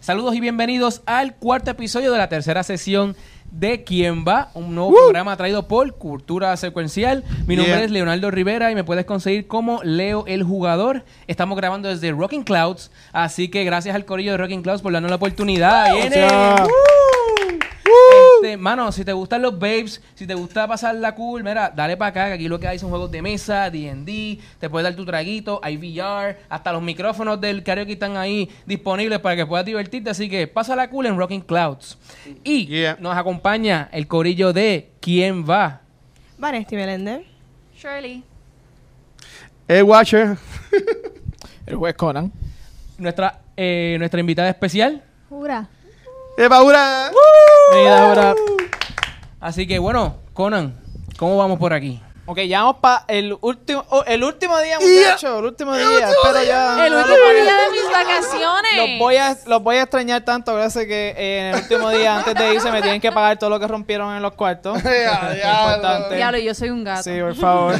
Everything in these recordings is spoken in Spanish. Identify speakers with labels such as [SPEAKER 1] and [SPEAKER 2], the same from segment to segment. [SPEAKER 1] Saludos y bienvenidos al cuarto episodio de la tercera sesión de Quién va, un nuevo programa traído por Cultura Secuencial. Mi nombre
[SPEAKER 2] Yeah.
[SPEAKER 1] es Leonardo Rivera y me puedes conseguir como Leo el Jugador. Estamos grabando desde Rocking Clouds, así que gracias al corillo de Rocking Clouds por darnos la oportunidad. ¡Viene!
[SPEAKER 2] Gracias.
[SPEAKER 1] Este, mano, si te gustan los babes, si te gusta pasar la cool, mira, dale para acá, que aquí lo que hay son juegos de mesa, D&D, te puedes dar tu traguito, hay VR, hasta los micrófonos del karaoke están ahí disponibles para que puedas divertirte, así que pasa la cool en Rocking Clouds. Y
[SPEAKER 2] Yeah.
[SPEAKER 1] nos acompaña el corillo de ¿Quién va?
[SPEAKER 3] Vanesti Meléndez.
[SPEAKER 4] Shirley.
[SPEAKER 2] El Watcher.
[SPEAKER 5] El juez Conan.
[SPEAKER 1] Nuestra, eh, nuestra invitada especial.
[SPEAKER 4] Jura.
[SPEAKER 2] El Paura.
[SPEAKER 5] Mira, ahora.
[SPEAKER 1] Así que bueno, Conan, ¿cómo vamos por aquí?
[SPEAKER 5] Ok, ya vamos para el último, oh, el último día,
[SPEAKER 2] Ya.
[SPEAKER 5] muchachos. El último día. Espero ya.
[SPEAKER 4] El último día de mis vacaciones.
[SPEAKER 5] Los voy, a, los voy a extrañar tanto, gracias que eh, en el último día, antes de irse, me tienen que pagar todo lo que rompieron en los cuartos.
[SPEAKER 2] Ya, ya,
[SPEAKER 5] Importante.
[SPEAKER 4] Diablo, yo soy un gato.
[SPEAKER 5] Sí, por favor.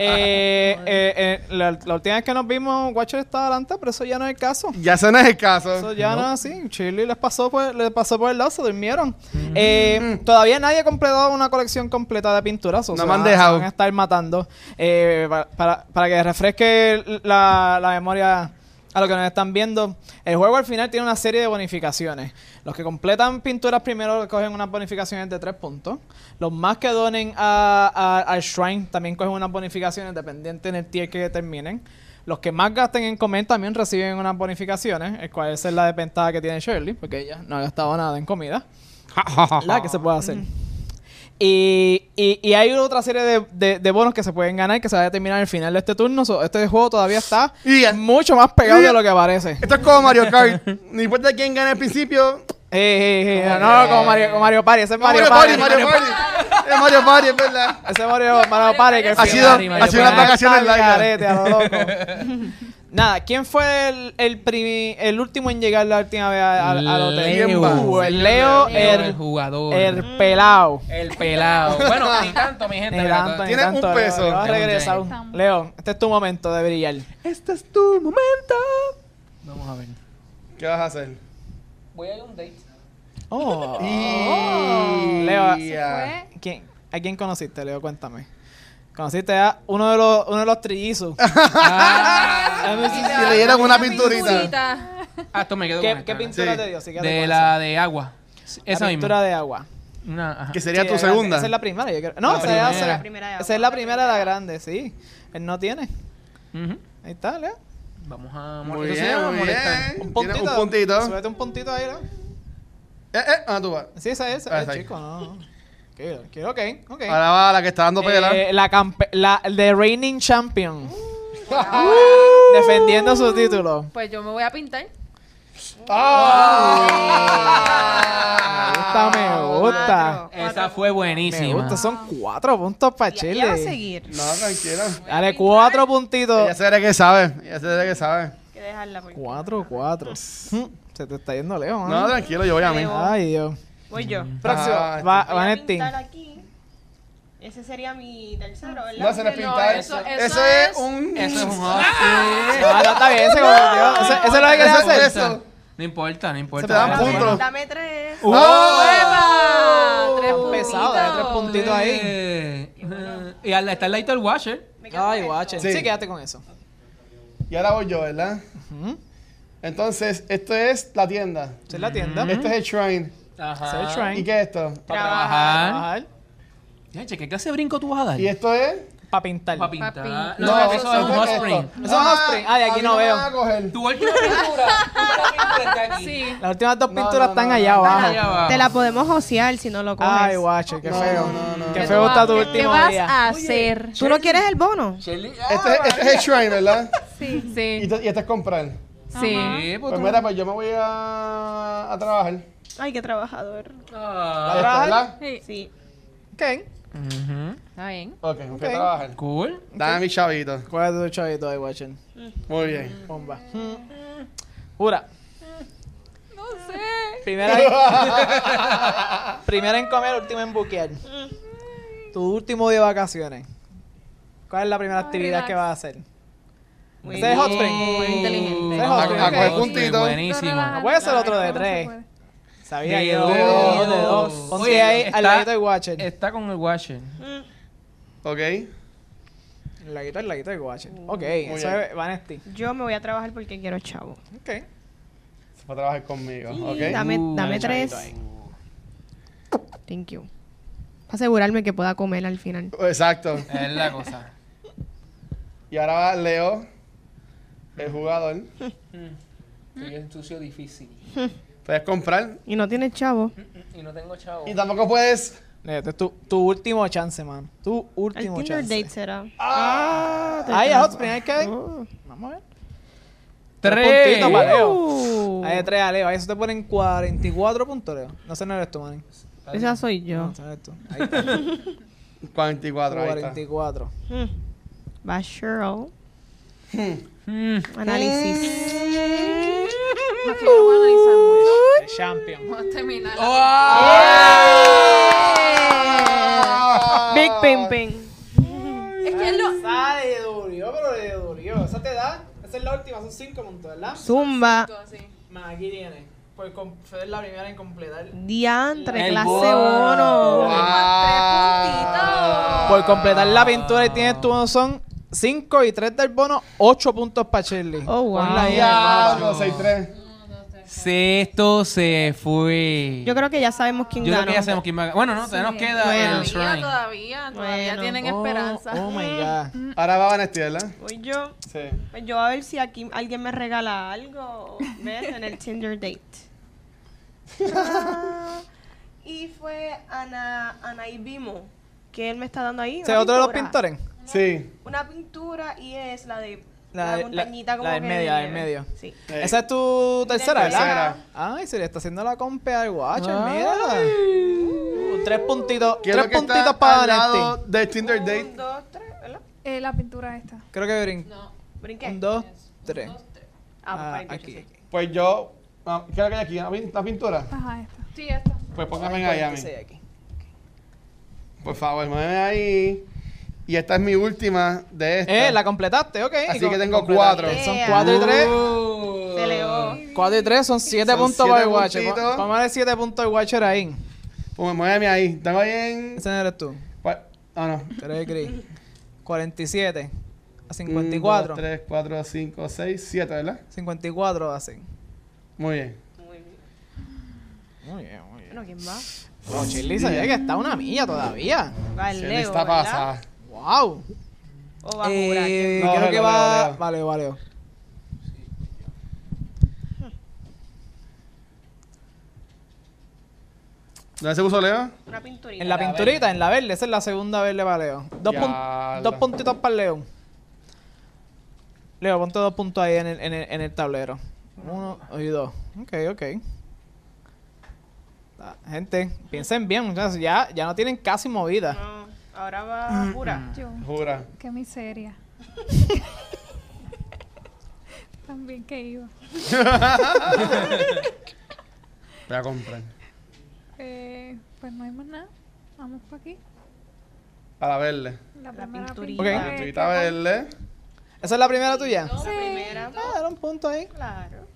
[SPEAKER 5] Eh, eh, eh, la, la última vez que nos vimos, Watcher estaba adelante, pero eso ya no es el caso.
[SPEAKER 2] Ya ese no es el
[SPEAKER 5] Eso
[SPEAKER 2] caso.
[SPEAKER 5] ya no es así. Shirley les pasó por, les pasó por el lado, se durmieron. Eh, todavía nadie ha completado una colección completa de pinturas. O
[SPEAKER 2] No
[SPEAKER 5] sea,
[SPEAKER 2] me han
[SPEAKER 5] se
[SPEAKER 2] dejado.
[SPEAKER 5] Van a estar matando. eh, pa- para, para que refresque la, la memoria a lo que nos están viendo. El juego al final tiene una serie de bonificaciones. Los que completan pinturas primero cogen unas bonificaciones de 3 puntos. Los más que donen a- a- al Shrine también cogen unas bonificaciones dependientes del tier que terminen. Los que más gasten en comer también reciben unas bonificaciones, el cual esa es la desventaja que tiene Shirley, porque ella no ha gastado nada en comida. la que se puede hacer. Y, y- y hay otra serie de, de- de bonos que se pueden ganar que se va a determinar al final de este turno. So, este juego todavía está
[SPEAKER 2] Y ya.
[SPEAKER 5] mucho más pegado
[SPEAKER 2] Y ya.
[SPEAKER 5] de lo que parece.
[SPEAKER 2] Esto es como Mario Kart. No importa quién gana al principio.
[SPEAKER 5] Eh, eh, eh, no, no, como Mario, como Mario Party, ese es Mario,
[SPEAKER 2] Mario
[SPEAKER 5] Party.
[SPEAKER 2] Party, Mario Party. Es Mario Party, es verdad.
[SPEAKER 5] Ese es Mario, Mario Party que al
[SPEAKER 2] Ha
[SPEAKER 5] final-
[SPEAKER 2] sido,
[SPEAKER 1] Mario
[SPEAKER 2] ha sido unas
[SPEAKER 1] Party.
[SPEAKER 2] vacaciones
[SPEAKER 5] Está al
[SPEAKER 2] largas.
[SPEAKER 5] garete, a lo loco. Nada, ¿quién fue el, el, primi- el último en llegar la última vez a- a- al hotel?
[SPEAKER 1] Leo.
[SPEAKER 5] Uh, el Leo,
[SPEAKER 1] Leo,
[SPEAKER 5] el,
[SPEAKER 1] jugador.
[SPEAKER 5] el pelado.
[SPEAKER 1] El pelado. Bueno, ni tanto, mi gente.
[SPEAKER 5] Ni
[SPEAKER 1] mira,
[SPEAKER 5] tanto, ni
[SPEAKER 2] Tienes un
[SPEAKER 5] tanto, Leo,
[SPEAKER 2] peso.
[SPEAKER 5] Leo, has
[SPEAKER 1] Leo
[SPEAKER 5] regresado.
[SPEAKER 4] James.
[SPEAKER 5] Leo, este es tu momento de brillar.
[SPEAKER 1] Este es tu momento. Vamos a ver.
[SPEAKER 2] ¿Qué vas a hacer?
[SPEAKER 1] Voy a ir a un date.
[SPEAKER 5] Oh.
[SPEAKER 2] Leo.
[SPEAKER 5] Leo, ¿Quién- ¿A quién conociste, Leo? Cuéntame. Conociste a uno de los, uno de los trillizos. Ah, no sé si-
[SPEAKER 2] Si le dieran una pinturita.
[SPEAKER 1] Ah, esto me quedo con
[SPEAKER 5] ¿Qué,
[SPEAKER 1] esta,
[SPEAKER 5] qué
[SPEAKER 1] ¿no?
[SPEAKER 5] pintura
[SPEAKER 2] Sí.
[SPEAKER 5] te dio? Sí, quédate
[SPEAKER 1] De
[SPEAKER 5] con
[SPEAKER 1] la de agua. Esa
[SPEAKER 5] la pintura
[SPEAKER 1] misma.
[SPEAKER 5] de agua.
[SPEAKER 1] Una, ajá.
[SPEAKER 2] Que sería
[SPEAKER 5] Sí,
[SPEAKER 2] tu
[SPEAKER 5] esa-
[SPEAKER 2] segunda.
[SPEAKER 5] Esa es la primera, yo creo. No,
[SPEAKER 2] La
[SPEAKER 5] esa, es-
[SPEAKER 1] primera. La
[SPEAKER 5] esa-
[SPEAKER 3] primera de
[SPEAKER 5] esa es
[SPEAKER 3] agua.
[SPEAKER 5] la primera de la grande, sí. Él no tiene.
[SPEAKER 1] Ujú.
[SPEAKER 5] Ahí está, Leo.
[SPEAKER 1] Vamos a
[SPEAKER 2] Muy
[SPEAKER 1] molestar.
[SPEAKER 2] bien, muy bien. Tiene un puntito.
[SPEAKER 5] Súbete un puntito ahí, Leo.
[SPEAKER 2] Eh, eh, ah, tú vas.
[SPEAKER 5] Sí, esa es.
[SPEAKER 2] Ah,
[SPEAKER 5] Esa
[SPEAKER 2] está
[SPEAKER 5] es
[SPEAKER 2] ahí.
[SPEAKER 5] chico, no. no. Quiero, quiero, ok, ok.
[SPEAKER 2] Ahora va la que está dando pela.
[SPEAKER 5] Eh, la, campe- la The Reigning Champion.
[SPEAKER 3] Uh,
[SPEAKER 5] Defendiendo su título.
[SPEAKER 4] Pues yo me voy a pintar.
[SPEAKER 2] Ah.
[SPEAKER 5] Me gusta, me gusta.
[SPEAKER 1] Esa fue
[SPEAKER 5] Me
[SPEAKER 1] buenísima.
[SPEAKER 5] gusta. Son cuatro puntos para
[SPEAKER 3] Y ella va a
[SPEAKER 5] Chile.
[SPEAKER 3] seguir.
[SPEAKER 2] No, tranquila.
[SPEAKER 5] Dale, cuatro
[SPEAKER 2] Ella
[SPEAKER 5] puntitos.
[SPEAKER 2] será que sabe. Ella será que sabe.
[SPEAKER 3] Hay que dejarla porque...
[SPEAKER 5] Cuatro, cuatro. Hm, Se te está yendo lejos,
[SPEAKER 2] No,
[SPEAKER 5] ¿no?
[SPEAKER 2] tranquilo, yo voy a mí.
[SPEAKER 3] Leo.
[SPEAKER 5] Ay, Dios.
[SPEAKER 3] Voy yo.
[SPEAKER 5] Próximo.
[SPEAKER 2] Ah,
[SPEAKER 5] Va,
[SPEAKER 3] Voy a
[SPEAKER 5] Vanetti.
[SPEAKER 3] pintar aquí. Ese sería mi tercero, ¿verdad?
[SPEAKER 2] No, se no es
[SPEAKER 4] No,
[SPEAKER 2] pintar.
[SPEAKER 4] eso-
[SPEAKER 2] Eso
[SPEAKER 4] eso
[SPEAKER 2] es
[SPEAKER 4] es-
[SPEAKER 2] un.
[SPEAKER 1] Eso es un
[SPEAKER 5] Ah, no, está bien, ese como- Dios, ese- ese es lo que quería
[SPEAKER 2] Eso-
[SPEAKER 5] hacer.
[SPEAKER 2] eso.
[SPEAKER 1] No importa, no importa.
[SPEAKER 2] Se te dan
[SPEAKER 1] Dale,
[SPEAKER 3] Dame-
[SPEAKER 2] puntos.
[SPEAKER 3] Dame tres.
[SPEAKER 2] ¡Oh!
[SPEAKER 4] ¡Epa! Tres
[SPEAKER 5] Tan pesado, dale tres
[SPEAKER 4] puntitos.
[SPEAKER 5] puntitos ahí.
[SPEAKER 1] Eh, eh, Y al estar ladito el washer.
[SPEAKER 3] Me quedo
[SPEAKER 5] Ay,
[SPEAKER 3] con
[SPEAKER 5] guache.
[SPEAKER 2] Sí.
[SPEAKER 5] Sí, quédate con eso.
[SPEAKER 2] Y ahora voy yo, ¿verdad? Entonces, esto es la tienda.
[SPEAKER 5] Esa es la tienda.
[SPEAKER 2] Esto Este es el shrine.
[SPEAKER 1] Ajá.
[SPEAKER 5] Ese es el shrine.
[SPEAKER 2] ¿Y qué es esto?
[SPEAKER 1] Para
[SPEAKER 5] Para
[SPEAKER 1] trabajar.
[SPEAKER 5] trabajar.
[SPEAKER 1] Ya, che, ¿Qué clase de brinco tú vas a dar?
[SPEAKER 2] ¿Y esto es?
[SPEAKER 5] Para pintar.
[SPEAKER 1] Para pintar.
[SPEAKER 4] pintar.
[SPEAKER 1] No,
[SPEAKER 4] No,
[SPEAKER 1] eso es un hot
[SPEAKER 2] esto.
[SPEAKER 1] spring.
[SPEAKER 5] Eso es un hot spring. Ah, de
[SPEAKER 2] a
[SPEAKER 5] aquí
[SPEAKER 2] mí
[SPEAKER 5] no
[SPEAKER 2] me
[SPEAKER 5] veo.
[SPEAKER 2] van a coger.
[SPEAKER 1] Tu última pintura. tu última pintura está aquí.
[SPEAKER 4] Sí.
[SPEAKER 5] Las últimas dos
[SPEAKER 2] No,
[SPEAKER 5] pinturas
[SPEAKER 2] no,
[SPEAKER 5] están
[SPEAKER 2] no,
[SPEAKER 5] allá
[SPEAKER 2] no.
[SPEAKER 5] abajo.
[SPEAKER 1] Allá abajo.
[SPEAKER 3] Te la podemos josear si no lo coges.
[SPEAKER 5] Ah. Ay, guacho, qué
[SPEAKER 2] No,
[SPEAKER 5] feo.
[SPEAKER 2] no, no,
[SPEAKER 5] qué
[SPEAKER 2] no.
[SPEAKER 5] feo está tu
[SPEAKER 4] ¿Qué
[SPEAKER 5] último
[SPEAKER 4] vas
[SPEAKER 5] día.
[SPEAKER 4] a hacer?
[SPEAKER 3] ¿Tú no quieres el bono?
[SPEAKER 1] Shelly. ah.
[SPEAKER 2] Este es, este es el shrine, ¿verdad?
[SPEAKER 4] Sí.
[SPEAKER 2] Y
[SPEAKER 4] Sí.
[SPEAKER 2] esto, y esto es comprar.
[SPEAKER 4] Sí.
[SPEAKER 1] Sí, pues
[SPEAKER 2] Pues
[SPEAKER 1] tú-
[SPEAKER 2] mira, pues yo me voy a, a trabajar.
[SPEAKER 3] Ay, qué trabajador.
[SPEAKER 1] Ah.
[SPEAKER 2] Ahí está, ¿verdad?
[SPEAKER 3] Sí.
[SPEAKER 5] ¿Qué?
[SPEAKER 1] Ujú.
[SPEAKER 4] Está bien.
[SPEAKER 2] Ok, me fui a
[SPEAKER 5] Ok.
[SPEAKER 2] trabajar.
[SPEAKER 1] Cool.
[SPEAKER 2] Dame mi chavito.
[SPEAKER 5] ¿Cuál es tu chavito ahí, watching?
[SPEAKER 2] Muy bien.
[SPEAKER 5] Bomba.
[SPEAKER 2] Mm.
[SPEAKER 5] Mm. Jura.
[SPEAKER 4] No sé.
[SPEAKER 5] Primera en, primera en comer, última en buquear. Tu último día de vacaciones. ¿Cuál es la primera actividad que vas a hacer?
[SPEAKER 3] Muy
[SPEAKER 5] Ese es hot spring.
[SPEAKER 4] Muy inteligente.
[SPEAKER 5] Ese es hot
[SPEAKER 1] A-
[SPEAKER 5] spring.
[SPEAKER 2] a coger
[SPEAKER 5] Ok.
[SPEAKER 2] puntito.
[SPEAKER 1] Buenísimo.
[SPEAKER 5] No puede ser otro de tres. Sabía
[SPEAKER 1] De
[SPEAKER 5] yo.
[SPEAKER 1] dos.
[SPEAKER 5] De dos, de dos. Ponte
[SPEAKER 1] Oye,
[SPEAKER 5] ahí
[SPEAKER 1] está-
[SPEAKER 5] al laguito de Watcher.
[SPEAKER 1] Está con el Watcher.
[SPEAKER 3] Mm.
[SPEAKER 2] Ok.
[SPEAKER 5] El laguito, el laguito de Watcher. Ok,
[SPEAKER 2] Muy
[SPEAKER 5] eso
[SPEAKER 2] bien.
[SPEAKER 5] es Vanesti.
[SPEAKER 3] Yo me voy a trabajar porque quiero chavo.
[SPEAKER 5] Ok.
[SPEAKER 2] Se va a trabajar conmigo. Ok.
[SPEAKER 3] Y Dame,
[SPEAKER 1] Uh, dale,
[SPEAKER 3] dame tres.
[SPEAKER 5] chavito
[SPEAKER 3] Thank you. Para asegurarme que pueda comer al final.
[SPEAKER 2] Exacto.
[SPEAKER 1] Es la cosa.
[SPEAKER 2] Y ahora va Leo, el jugador.
[SPEAKER 1] es sucio difícil.
[SPEAKER 2] Puedes comprar.
[SPEAKER 3] Y no tienes chavo.
[SPEAKER 1] Y no tengo chavo.
[SPEAKER 2] Y tampoco puedes.
[SPEAKER 5] Este es tu, tu último chance, man. Tu
[SPEAKER 3] El
[SPEAKER 5] último
[SPEAKER 3] Tinder
[SPEAKER 5] chance.
[SPEAKER 3] date será.
[SPEAKER 2] ¡Ah!
[SPEAKER 5] Ahí a hot spring, hay que. Vamos a ver.
[SPEAKER 1] Tres.
[SPEAKER 5] puntitos para Leo.
[SPEAKER 3] Uh.
[SPEAKER 5] Ahí de tres a Leo. Ahí se te ponen 44 puntos, Leo. No sé, no eres tú, man.
[SPEAKER 3] Esa soy yo.
[SPEAKER 5] No, ese no eres tú. Ahí está.
[SPEAKER 2] 44, ahí está.
[SPEAKER 5] 44.
[SPEAKER 3] Mm. Va Cheryl.
[SPEAKER 1] Mm.
[SPEAKER 3] Análisis.
[SPEAKER 4] Porque yo no voy a analizar mucho.
[SPEAKER 5] El champion.
[SPEAKER 4] Vamos a terminar. la-
[SPEAKER 1] Oh.
[SPEAKER 3] Big ping ping.
[SPEAKER 4] Es que él lo.
[SPEAKER 5] Esa le durió, pero le durió. Esa te da. Esa es la última, son 5 puntos, ¿verdad?
[SPEAKER 3] Zumba.
[SPEAKER 4] Así.
[SPEAKER 5] Más aquí tiene. Pues com- fue la primera en completar.
[SPEAKER 3] Diantre,
[SPEAKER 1] El
[SPEAKER 3] clase
[SPEAKER 1] bono.
[SPEAKER 3] 1. Ah.
[SPEAKER 4] Más
[SPEAKER 5] Por completar la pintura y tienes tu son 5 y 3 del bono, 8 puntos para Shirley.
[SPEAKER 3] Oh, wow.
[SPEAKER 5] Ponla ahí en el mapa.
[SPEAKER 2] Diablo, 6-3.
[SPEAKER 1] Sexto se fue.
[SPEAKER 3] Yo creo que ya sabemos quién
[SPEAKER 1] Yo creo
[SPEAKER 3] ganó.
[SPEAKER 1] que ya sabemos quién va a ganar. Bueno, no, todavía nos queda
[SPEAKER 3] Bueno.
[SPEAKER 1] el
[SPEAKER 4] Todavía,
[SPEAKER 1] shrine.
[SPEAKER 4] todavía, todavía
[SPEAKER 3] Bueno.
[SPEAKER 4] tienen
[SPEAKER 5] Oh,
[SPEAKER 4] esperanza.
[SPEAKER 5] Oh, my god.
[SPEAKER 2] Ahora va Vanesti, ¿verdad?
[SPEAKER 3] Voy yo.
[SPEAKER 2] Sí.
[SPEAKER 3] Pues yo a ver si aquí alguien me regala algo. ¿Ves? En el Tinder date. Ah, y fue Ana, Anaibimo, que él me está dando ahí.
[SPEAKER 5] ¿Ese
[SPEAKER 3] una
[SPEAKER 5] es otro de los
[SPEAKER 3] pintura.
[SPEAKER 5] pintores?
[SPEAKER 2] Sí.
[SPEAKER 3] Una pintura y es la de
[SPEAKER 5] La
[SPEAKER 3] la,
[SPEAKER 5] de- la-
[SPEAKER 3] montañita como
[SPEAKER 5] la del
[SPEAKER 3] que
[SPEAKER 5] medio, la del
[SPEAKER 3] nieve.
[SPEAKER 5] medio.
[SPEAKER 3] Sí.
[SPEAKER 2] Eh,
[SPEAKER 5] Esa es tu tercera, ¿verdad?
[SPEAKER 2] Tercera.
[SPEAKER 5] Ay, se le está haciendo la compa al Watcher,
[SPEAKER 1] Ay.
[SPEAKER 5] mira. Uh, tres puntitos,
[SPEAKER 2] ¿Qué es lo
[SPEAKER 5] tres
[SPEAKER 2] que está
[SPEAKER 5] puntitos
[SPEAKER 2] al
[SPEAKER 5] para
[SPEAKER 2] lado
[SPEAKER 5] Vanesti.
[SPEAKER 2] de Tinder
[SPEAKER 3] Un,
[SPEAKER 2] Date.
[SPEAKER 3] dos, tres, ¿verdad?
[SPEAKER 6] Eh, la pintura esta.
[SPEAKER 5] Creo que brinqué.
[SPEAKER 4] No.
[SPEAKER 3] Brinqué.
[SPEAKER 5] Un, dos, tres.
[SPEAKER 3] Ah,
[SPEAKER 5] Ah,
[SPEAKER 3] pues,
[SPEAKER 5] aquí.
[SPEAKER 3] aquí.
[SPEAKER 2] Pues yo. ah, ¿Qué es lo que hay aquí? ¿La pin- ¿La pintura?
[SPEAKER 6] Ajá, esta.
[SPEAKER 4] Sí, ya está.
[SPEAKER 2] Pues póngame
[SPEAKER 5] Ay,
[SPEAKER 2] ahí a mí.
[SPEAKER 5] 46 aquí.
[SPEAKER 2] Por favor, muéveme ahí. Y esta es mi última de esta.
[SPEAKER 5] Eh, la completaste, ok.
[SPEAKER 2] Así
[SPEAKER 5] Y com-
[SPEAKER 2] que tengo
[SPEAKER 5] completaste.
[SPEAKER 2] cuatro.
[SPEAKER 5] Son
[SPEAKER 3] Yeah.
[SPEAKER 5] 4 y 3.
[SPEAKER 1] Uh.
[SPEAKER 3] Se leó.
[SPEAKER 5] 4 y 3 son 7
[SPEAKER 2] Son
[SPEAKER 5] puntos
[SPEAKER 2] siete
[SPEAKER 5] para el Watcher.
[SPEAKER 2] puntitos.
[SPEAKER 5] Pon- Póngale 7 puntos al Watcher ahí.
[SPEAKER 2] Pues muéveme ahí. Tengo ahí en.
[SPEAKER 5] Ese no eres tú.
[SPEAKER 2] cua- Ah, no.
[SPEAKER 5] Tú eres el gris. 47 a
[SPEAKER 2] 54.
[SPEAKER 5] 54.
[SPEAKER 2] 3, 4, 5, 6, 7, ¿verdad?
[SPEAKER 5] 54 hacen.
[SPEAKER 2] Muy bien.
[SPEAKER 5] Muy bien, muy bien.
[SPEAKER 3] Bueno, ¿quién va?
[SPEAKER 5] Wow, Shirley, sabía que está a una milla todavía.
[SPEAKER 3] Va
[SPEAKER 2] Sí,
[SPEAKER 3] el Leo,
[SPEAKER 2] lista
[SPEAKER 3] ¿verdad?
[SPEAKER 2] pasada.
[SPEAKER 5] Wow.
[SPEAKER 3] O va a jurar.
[SPEAKER 5] Eh,
[SPEAKER 2] No,
[SPEAKER 5] creo
[SPEAKER 2] Leo,
[SPEAKER 5] que
[SPEAKER 2] Leo,
[SPEAKER 5] va.
[SPEAKER 2] Leo.
[SPEAKER 5] Vale, vale.
[SPEAKER 2] ¿Dónde se puso Leo?
[SPEAKER 3] Una pinturita.
[SPEAKER 5] En la pinturita, en la verde, esa es la segunda verde para Leo. Dos, pun-
[SPEAKER 2] Diablo.
[SPEAKER 5] dos puntitos para Leo. Leo, ponte dos puntos ahí en el, en el, en el tablero. Uno y dos. Ok, ok. Ah, Gente, piensen bien, ya- ya, ya no tienen casi movida.
[SPEAKER 3] No, ahora
[SPEAKER 5] Mm,
[SPEAKER 3] va a jurar.
[SPEAKER 6] Yo.
[SPEAKER 2] Jura.
[SPEAKER 6] Qué miseria. También que iba.
[SPEAKER 2] Voy a comprar.
[SPEAKER 6] Eh, pues no hay más nada. Vamos para aquí.
[SPEAKER 2] A la verde.
[SPEAKER 6] La, primera
[SPEAKER 3] pinturita.
[SPEAKER 6] pintura
[SPEAKER 5] Ok.
[SPEAKER 6] que-
[SPEAKER 2] Pinturita verde.
[SPEAKER 5] ¿Esa es la primera tuya?
[SPEAKER 3] La primera. pues,
[SPEAKER 5] Ah, era un punto ahí.
[SPEAKER 3] Claro.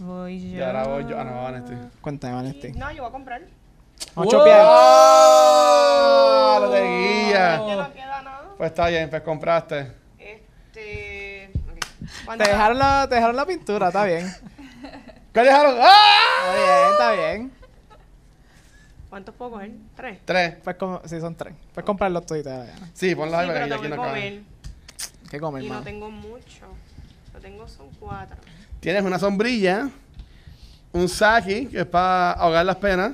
[SPEAKER 3] Voy yo.
[SPEAKER 2] Y ahora voy yo. Ah, no, van este.
[SPEAKER 5] Cuéntame,
[SPEAKER 3] Y-
[SPEAKER 5] Vanesti.
[SPEAKER 3] No, yo voy a comprar.
[SPEAKER 5] Ocho pies.
[SPEAKER 2] ¡Oh! Lo de guía.
[SPEAKER 3] Ya no queda nada.
[SPEAKER 2] Pues está bien, pues compraste.
[SPEAKER 3] Este. ok.
[SPEAKER 5] Te
[SPEAKER 3] ¿Cuánto?
[SPEAKER 5] dejaron la, te dejaron la pintura, está bien.
[SPEAKER 2] ¿Qué dejaron? ¡Ah!
[SPEAKER 5] Está bien, está bien.
[SPEAKER 3] ¿Cuántos puedo coger? Tres.
[SPEAKER 2] Tres.
[SPEAKER 5] Pues como, sí, son tres. Puedes comprar los toditos. ahora ya.
[SPEAKER 2] Sí, ponlo ahí
[SPEAKER 3] sí, pero
[SPEAKER 2] porque aquí
[SPEAKER 3] tengo que
[SPEAKER 2] no
[SPEAKER 3] comer.
[SPEAKER 2] cabe.
[SPEAKER 5] ¿Qué comes,
[SPEAKER 3] Y no
[SPEAKER 5] hermano?
[SPEAKER 3] tengo mucho. Lo tengo son cuatro.
[SPEAKER 2] Tienes una sombrilla, un saki, que es para ahogar las penas,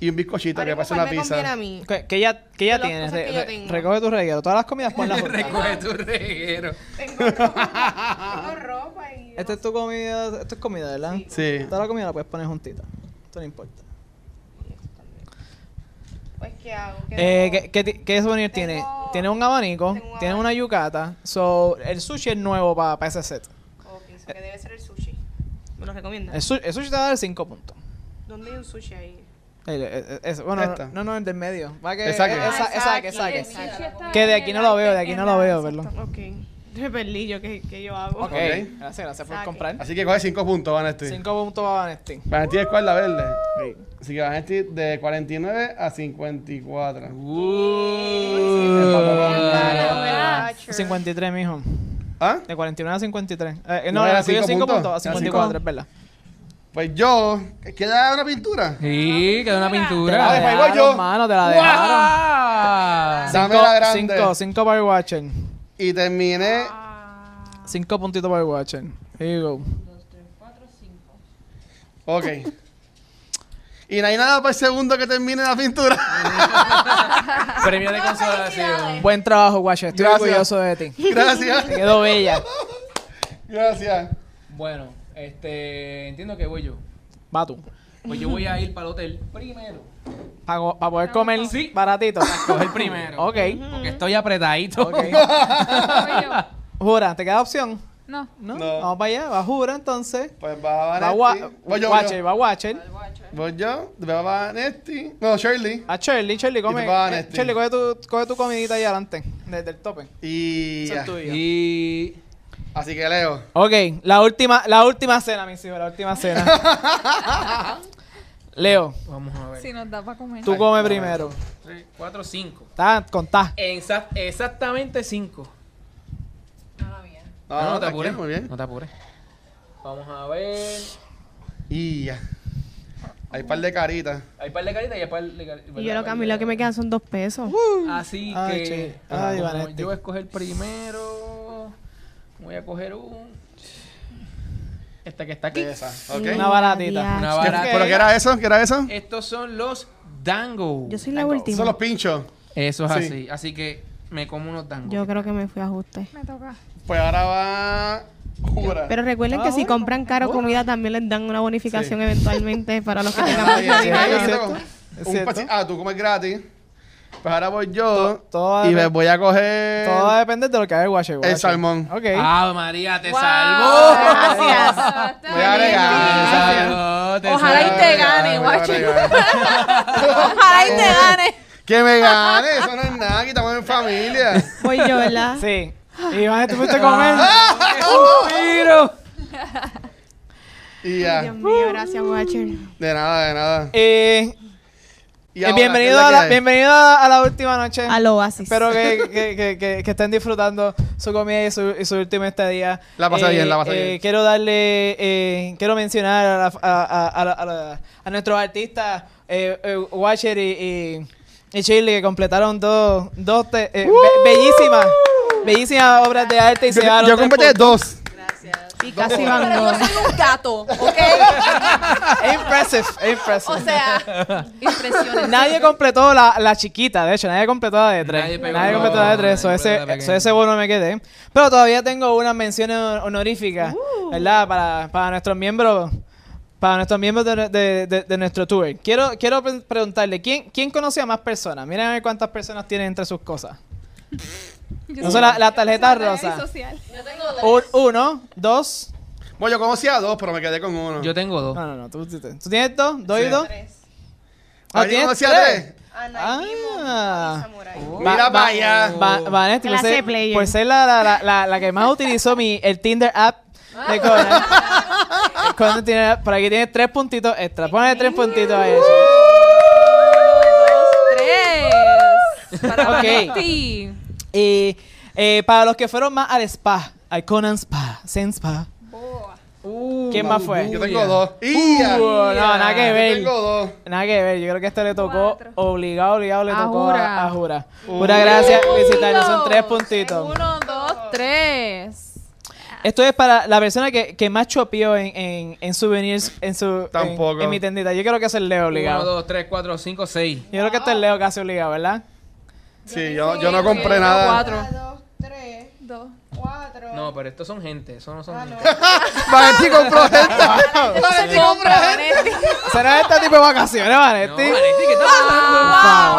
[SPEAKER 2] y un bizcochito que
[SPEAKER 3] Ahora,
[SPEAKER 2] parece
[SPEAKER 3] ¿cuál
[SPEAKER 2] una
[SPEAKER 3] me conviene a
[SPEAKER 2] pizza.
[SPEAKER 3] mí?
[SPEAKER 5] Que, que ya, que
[SPEAKER 3] De
[SPEAKER 5] ya
[SPEAKER 3] las
[SPEAKER 5] tienes.
[SPEAKER 3] cosas que
[SPEAKER 5] re-
[SPEAKER 3] yo
[SPEAKER 5] re-
[SPEAKER 3] tengo.
[SPEAKER 5] recoge tu reguero. Todas las comidas, ponlas juntas.
[SPEAKER 1] Recoge tu reguero.
[SPEAKER 3] Tengo ropa, tengo ropa y.
[SPEAKER 5] Esta es tu comida, esto es comida, ¿verdad?
[SPEAKER 2] Sí.
[SPEAKER 5] Toda la comida la puedes poner juntita. Esto no importa.
[SPEAKER 3] Pues, ¿qué hago? ¿Qué
[SPEAKER 5] Eh,
[SPEAKER 3] tengo?
[SPEAKER 5] ¿qué, qué, ti- qué souvenir tiene?
[SPEAKER 3] Tengo-
[SPEAKER 5] Tiene un abanico,
[SPEAKER 3] tengo un
[SPEAKER 5] tiene una yucata. So, el sushi es nuevo para ese set.
[SPEAKER 4] Oh,
[SPEAKER 3] Ok, so que debe ser el sushi. ¿Me lo recomiendas?
[SPEAKER 5] El, su- el sushi te va a dar 5 puntos.
[SPEAKER 3] ¿Dónde hay un sushi ahí?
[SPEAKER 5] El- el- el- bueno, no-
[SPEAKER 2] Esta.
[SPEAKER 5] no, no, el del medio. Va que,
[SPEAKER 2] Esa que-
[SPEAKER 5] eh,
[SPEAKER 2] Ah,
[SPEAKER 5] esa,
[SPEAKER 3] esa
[SPEAKER 5] esa que,
[SPEAKER 6] pues,
[SPEAKER 3] aquí,
[SPEAKER 5] esa que.
[SPEAKER 3] esa.
[SPEAKER 5] Que de aquí no lo veo, de aquí no lo veo,
[SPEAKER 6] ¿verdad?
[SPEAKER 5] perdón.
[SPEAKER 3] Ok.
[SPEAKER 4] me perdí yo, ¿qué, qué yo hago?
[SPEAKER 2] Ok.
[SPEAKER 5] Ok, gracias, gracias por
[SPEAKER 4] Saque.
[SPEAKER 5] comprar.
[SPEAKER 2] Así que coge 5 puntos, Vanesti.
[SPEAKER 5] 5 puntos para Vanestin.
[SPEAKER 2] Vanesti es cuerda verde. Así que Vanesti de 49 a 54.
[SPEAKER 3] Ah, Thatcher.
[SPEAKER 5] 53, mijo.
[SPEAKER 2] ¿Ah?
[SPEAKER 5] De 41 a 53. Eh,
[SPEAKER 2] No,
[SPEAKER 5] no,
[SPEAKER 2] era
[SPEAKER 5] le subió
[SPEAKER 2] cinco
[SPEAKER 5] 5
[SPEAKER 2] puntos.
[SPEAKER 5] puntos a
[SPEAKER 2] Era cinco.
[SPEAKER 5] 54, es verdad.
[SPEAKER 2] Pues yo. ¿Queda una pintura?
[SPEAKER 1] Sí, quedó una
[SPEAKER 5] Te
[SPEAKER 1] pintura.
[SPEAKER 5] la
[SPEAKER 2] Ah, después voy
[SPEAKER 5] dejaron,
[SPEAKER 2] yo.
[SPEAKER 5] mano, te la dejaron.
[SPEAKER 1] ¡Guau!
[SPEAKER 2] Dame la grande.
[SPEAKER 5] 5, 5 para el Watcher.
[SPEAKER 2] Y terminé.
[SPEAKER 5] 5 puntitos para el Watcher. Here you go.
[SPEAKER 2] Ok. Y no hay nada para el segundo que termine la pintura.
[SPEAKER 1] Premio de consolación.
[SPEAKER 5] Buen trabajo, Watcher. Estoy
[SPEAKER 2] Gracias.
[SPEAKER 5] orgulloso de ti. Te
[SPEAKER 2] Gracias.
[SPEAKER 5] quedó bella.
[SPEAKER 2] Gracias.
[SPEAKER 1] Bueno, este, entiendo que voy yo.
[SPEAKER 5] Va tú.
[SPEAKER 1] Pues yo voy a ir para el hotel primero.
[SPEAKER 5] Para poder comer
[SPEAKER 1] Sí.
[SPEAKER 5] baratito.
[SPEAKER 1] Coger primero.
[SPEAKER 5] Ok.
[SPEAKER 1] Porque estoy apretadito.
[SPEAKER 5] Ok.
[SPEAKER 6] Voy yo.
[SPEAKER 5] Jura, ¿te queda opción?
[SPEAKER 6] No.
[SPEAKER 5] No.
[SPEAKER 2] No.
[SPEAKER 5] Vamos para allá. Va Jura, entonces.
[SPEAKER 2] Pues va
[SPEAKER 5] Va
[SPEAKER 2] Vanesti.
[SPEAKER 5] Wa-
[SPEAKER 2] Voy yo. Voy
[SPEAKER 5] Watcher, va Watcher.
[SPEAKER 2] yo. Voy yo. Va Vanesti. No, Shirley.
[SPEAKER 5] A Ah, Shirley, Shirley, come.
[SPEAKER 2] tú vas,
[SPEAKER 5] eh,
[SPEAKER 2] Nesti.
[SPEAKER 5] Shirley, coge tu, coge tu comidita ahí adelante, desde el tope.
[SPEAKER 2] Y.
[SPEAKER 5] Son
[SPEAKER 2] ya.
[SPEAKER 5] tuyas.
[SPEAKER 1] Y.
[SPEAKER 2] Así que Leo.
[SPEAKER 5] Ok, la última, la última cena, mis hijos, la última cena. Leo,
[SPEAKER 1] Vamos a ver.
[SPEAKER 6] Si nos da para comer.
[SPEAKER 5] tú come primero.
[SPEAKER 1] 3, 4, 5.
[SPEAKER 5] Está, contá.
[SPEAKER 1] Exactamente 5.
[SPEAKER 2] No,
[SPEAKER 1] Ah, te
[SPEAKER 2] tranquilo,
[SPEAKER 1] apures.
[SPEAKER 2] Muy bien.
[SPEAKER 1] No te apures. Vamos a ver.
[SPEAKER 2] Y ya. Hay un par de caritas.
[SPEAKER 1] Hay par de caritas y hay par de caritas.
[SPEAKER 4] Y yo lo que a mí lo que me quedan son dos pesos.
[SPEAKER 2] Uh,
[SPEAKER 1] Así
[SPEAKER 5] Ay,
[SPEAKER 1] que.
[SPEAKER 5] che. Ay,
[SPEAKER 1] como
[SPEAKER 5] Vanetti.
[SPEAKER 1] yo voy a escoger primero. Voy a coger un. Esta que está aquí.
[SPEAKER 2] De esas, ¿ok?
[SPEAKER 5] Una baratita.
[SPEAKER 1] Una
[SPEAKER 2] ¿Qué-
[SPEAKER 1] barata.
[SPEAKER 2] ¿Pero qué era eso? ¿Qué era eso?
[SPEAKER 1] Estos son los dango.
[SPEAKER 4] Yo soy la
[SPEAKER 2] Son los
[SPEAKER 4] última.
[SPEAKER 2] pinchos.
[SPEAKER 1] Eso es
[SPEAKER 2] Sí.
[SPEAKER 1] así. Así que me como unos dangos.
[SPEAKER 4] Yo creo que me fui a ajuste.
[SPEAKER 6] Me toca.
[SPEAKER 2] Pues ahora va. Jura.
[SPEAKER 4] Pero recuerden que si compran caro comida también les dan una bonificación
[SPEAKER 2] Uh. Sí.
[SPEAKER 4] eventualmente para los que tengan
[SPEAKER 2] Ah,
[SPEAKER 4] más
[SPEAKER 2] bien, bien,
[SPEAKER 5] es
[SPEAKER 4] dinero.
[SPEAKER 2] bien,
[SPEAKER 5] cierto,
[SPEAKER 2] bien.
[SPEAKER 5] es
[SPEAKER 2] Un
[SPEAKER 5] cierto.
[SPEAKER 2] paci- Ah, tú comes gratis. Pues ahora voy yo.
[SPEAKER 5] To- todo
[SPEAKER 2] y
[SPEAKER 5] depende-
[SPEAKER 2] me voy a coger.
[SPEAKER 5] Todo va a depender de lo que haga el Watcher. Watcher.
[SPEAKER 2] salmón.
[SPEAKER 5] Ok.
[SPEAKER 1] ¡Ah, María, te salvó!
[SPEAKER 4] Gracias.
[SPEAKER 2] Voy a agregar.
[SPEAKER 1] Te salvó, te
[SPEAKER 6] Ojalá y
[SPEAKER 1] salvó.
[SPEAKER 6] te gane,
[SPEAKER 2] Voy a
[SPEAKER 6] guacho.
[SPEAKER 2] agregar.
[SPEAKER 6] Ojalá
[SPEAKER 5] Eh,
[SPEAKER 6] y te gane.
[SPEAKER 2] Que me gane. Eso no es nada. Aquí estamos en familia.
[SPEAKER 4] Voy yo, ¿verdad?
[SPEAKER 5] Sí. Y vas tú fuiste a comer.
[SPEAKER 1] ¡Un tiro!
[SPEAKER 2] Y
[SPEAKER 4] Dios
[SPEAKER 2] ya. Uh.
[SPEAKER 4] mío, gracias, Watcher.
[SPEAKER 2] De nada, de nada.
[SPEAKER 5] Eh,
[SPEAKER 2] Y
[SPEAKER 5] eh,
[SPEAKER 2] ahora,
[SPEAKER 5] bienvenido,
[SPEAKER 2] ¿qué es la
[SPEAKER 5] a la,
[SPEAKER 2] que hay?
[SPEAKER 5] bienvenido a la última noche.
[SPEAKER 4] Al oasis.
[SPEAKER 5] Espero que, que- que- que- que estén disfrutando su comida y su, y su última estadía.
[SPEAKER 2] La pasé
[SPEAKER 5] Eh,
[SPEAKER 2] bien, la pasé
[SPEAKER 5] eh,
[SPEAKER 2] bien.
[SPEAKER 5] Quiero darle, eh, quiero mencionar a, la- a- a- a la- a la- a nuestros artistas, eh, eh, Watcher y, y, y Shirley, que completaron dos, dos te- eh, be- bellísimas, bellísimas obras de arte. Y se
[SPEAKER 2] Yo,
[SPEAKER 5] llevaron
[SPEAKER 2] yo
[SPEAKER 5] tres
[SPEAKER 2] completé
[SPEAKER 5] puntos.
[SPEAKER 2] dos.
[SPEAKER 4] Y casi van
[SPEAKER 6] Pero yo
[SPEAKER 4] dos.
[SPEAKER 6] soy un gato, ¿ok?
[SPEAKER 5] Impressive, impressive.
[SPEAKER 6] O sea, impresionante.
[SPEAKER 5] Nadie completó la, la chiquita, de hecho, nadie completó la de tres.
[SPEAKER 1] Nadie
[SPEAKER 5] Nadie,
[SPEAKER 1] pegó
[SPEAKER 5] completó
[SPEAKER 1] la-
[SPEAKER 5] la de
[SPEAKER 1] nadie
[SPEAKER 5] tres, so ese,
[SPEAKER 1] completó la
[SPEAKER 5] so ese bono me quedé. Pero todavía tengo unas menciones honoríficas,
[SPEAKER 6] Uh.
[SPEAKER 5] ¿verdad? Para, para nuestros miembros. Para nuestros miembros de, de- de- de nuestro tour. Quiero, quiero pre- preguntarle, ¿quién, ¿quién conoce a más personas? Miren a ver cuántas personas tienen entre sus cosas.
[SPEAKER 6] Yo
[SPEAKER 5] No
[SPEAKER 6] soy
[SPEAKER 5] son las tarjetas
[SPEAKER 6] secretaria
[SPEAKER 5] rosas.
[SPEAKER 6] social.
[SPEAKER 5] Un- uno, dos.
[SPEAKER 2] Bueno, yo conocí a dos, pero me quedé con uno.
[SPEAKER 1] Yo tengo dos.
[SPEAKER 5] No, no, no. Tú, tú- tú- ¿tú tienes dos, dos y
[SPEAKER 2] Sí.
[SPEAKER 5] dos.
[SPEAKER 2] Ah,
[SPEAKER 5] Ah,
[SPEAKER 2] yo
[SPEAKER 5] ¿tienes
[SPEAKER 2] conocí a
[SPEAKER 5] tres?
[SPEAKER 2] tres.
[SPEAKER 3] Ana y Bimo,
[SPEAKER 5] Ah.
[SPEAKER 3] Tony Samurai.
[SPEAKER 5] Va-
[SPEAKER 2] Oh, Mira
[SPEAKER 5] va-
[SPEAKER 2] para allá.
[SPEAKER 5] Va- Vanetti, por
[SPEAKER 4] Clase
[SPEAKER 5] ser,
[SPEAKER 4] player.
[SPEAKER 5] por ser la, la, la, la, la que más utilizó mi, el Tinder app de Conan. El Conan tiene, por aquí tiene tres puntitos extra. Ponle tres puntitos a eso.
[SPEAKER 4] Uh.
[SPEAKER 6] Tres. Para
[SPEAKER 5] Ok.
[SPEAKER 6] Vanetti.
[SPEAKER 5] Y eh, para los que fueron más al spa, al Conan Spa, Zen Spa.
[SPEAKER 6] Boa.
[SPEAKER 5] ¿Quién más fue?
[SPEAKER 2] Yo
[SPEAKER 5] Uh,
[SPEAKER 2] tengo dos. Y ya.
[SPEAKER 5] no, nada que
[SPEAKER 2] Yo
[SPEAKER 5] ver.
[SPEAKER 2] tengo dos.
[SPEAKER 5] Nada que ver, yo creo que este le tocó
[SPEAKER 6] Cuatro.
[SPEAKER 5] obligado, obligado, le
[SPEAKER 6] A
[SPEAKER 5] tocó
[SPEAKER 6] Jura.
[SPEAKER 5] a, a Jura.
[SPEAKER 2] Uh.
[SPEAKER 5] Jura, gracias por visitarnos, son tres puntitos.
[SPEAKER 6] Uno, dos, tres.
[SPEAKER 5] Esto es para la persona que, que más chopió en, en, en souvenirs, en su en-
[SPEAKER 2] Tampoco.
[SPEAKER 5] En, mi tendita. Yo creo que es el Leo obligado.
[SPEAKER 1] 1, 2, 3, 4, 5, 6.
[SPEAKER 5] Yo creo que este es el Leo casi obligado, ¿verdad?
[SPEAKER 2] Sí, yo, yo no compré nada.
[SPEAKER 6] Cuatro.
[SPEAKER 3] Una, dos, tres,
[SPEAKER 6] Dos.
[SPEAKER 3] cuatro.
[SPEAKER 1] No, pero estos son gente, esos no son
[SPEAKER 3] Ah,
[SPEAKER 1] gente.
[SPEAKER 3] no.
[SPEAKER 2] Vanetti compró esta.
[SPEAKER 6] Entonces compra, Vanetti.
[SPEAKER 5] ¿Será este tipo de vacaciones, Este
[SPEAKER 1] No, Ah.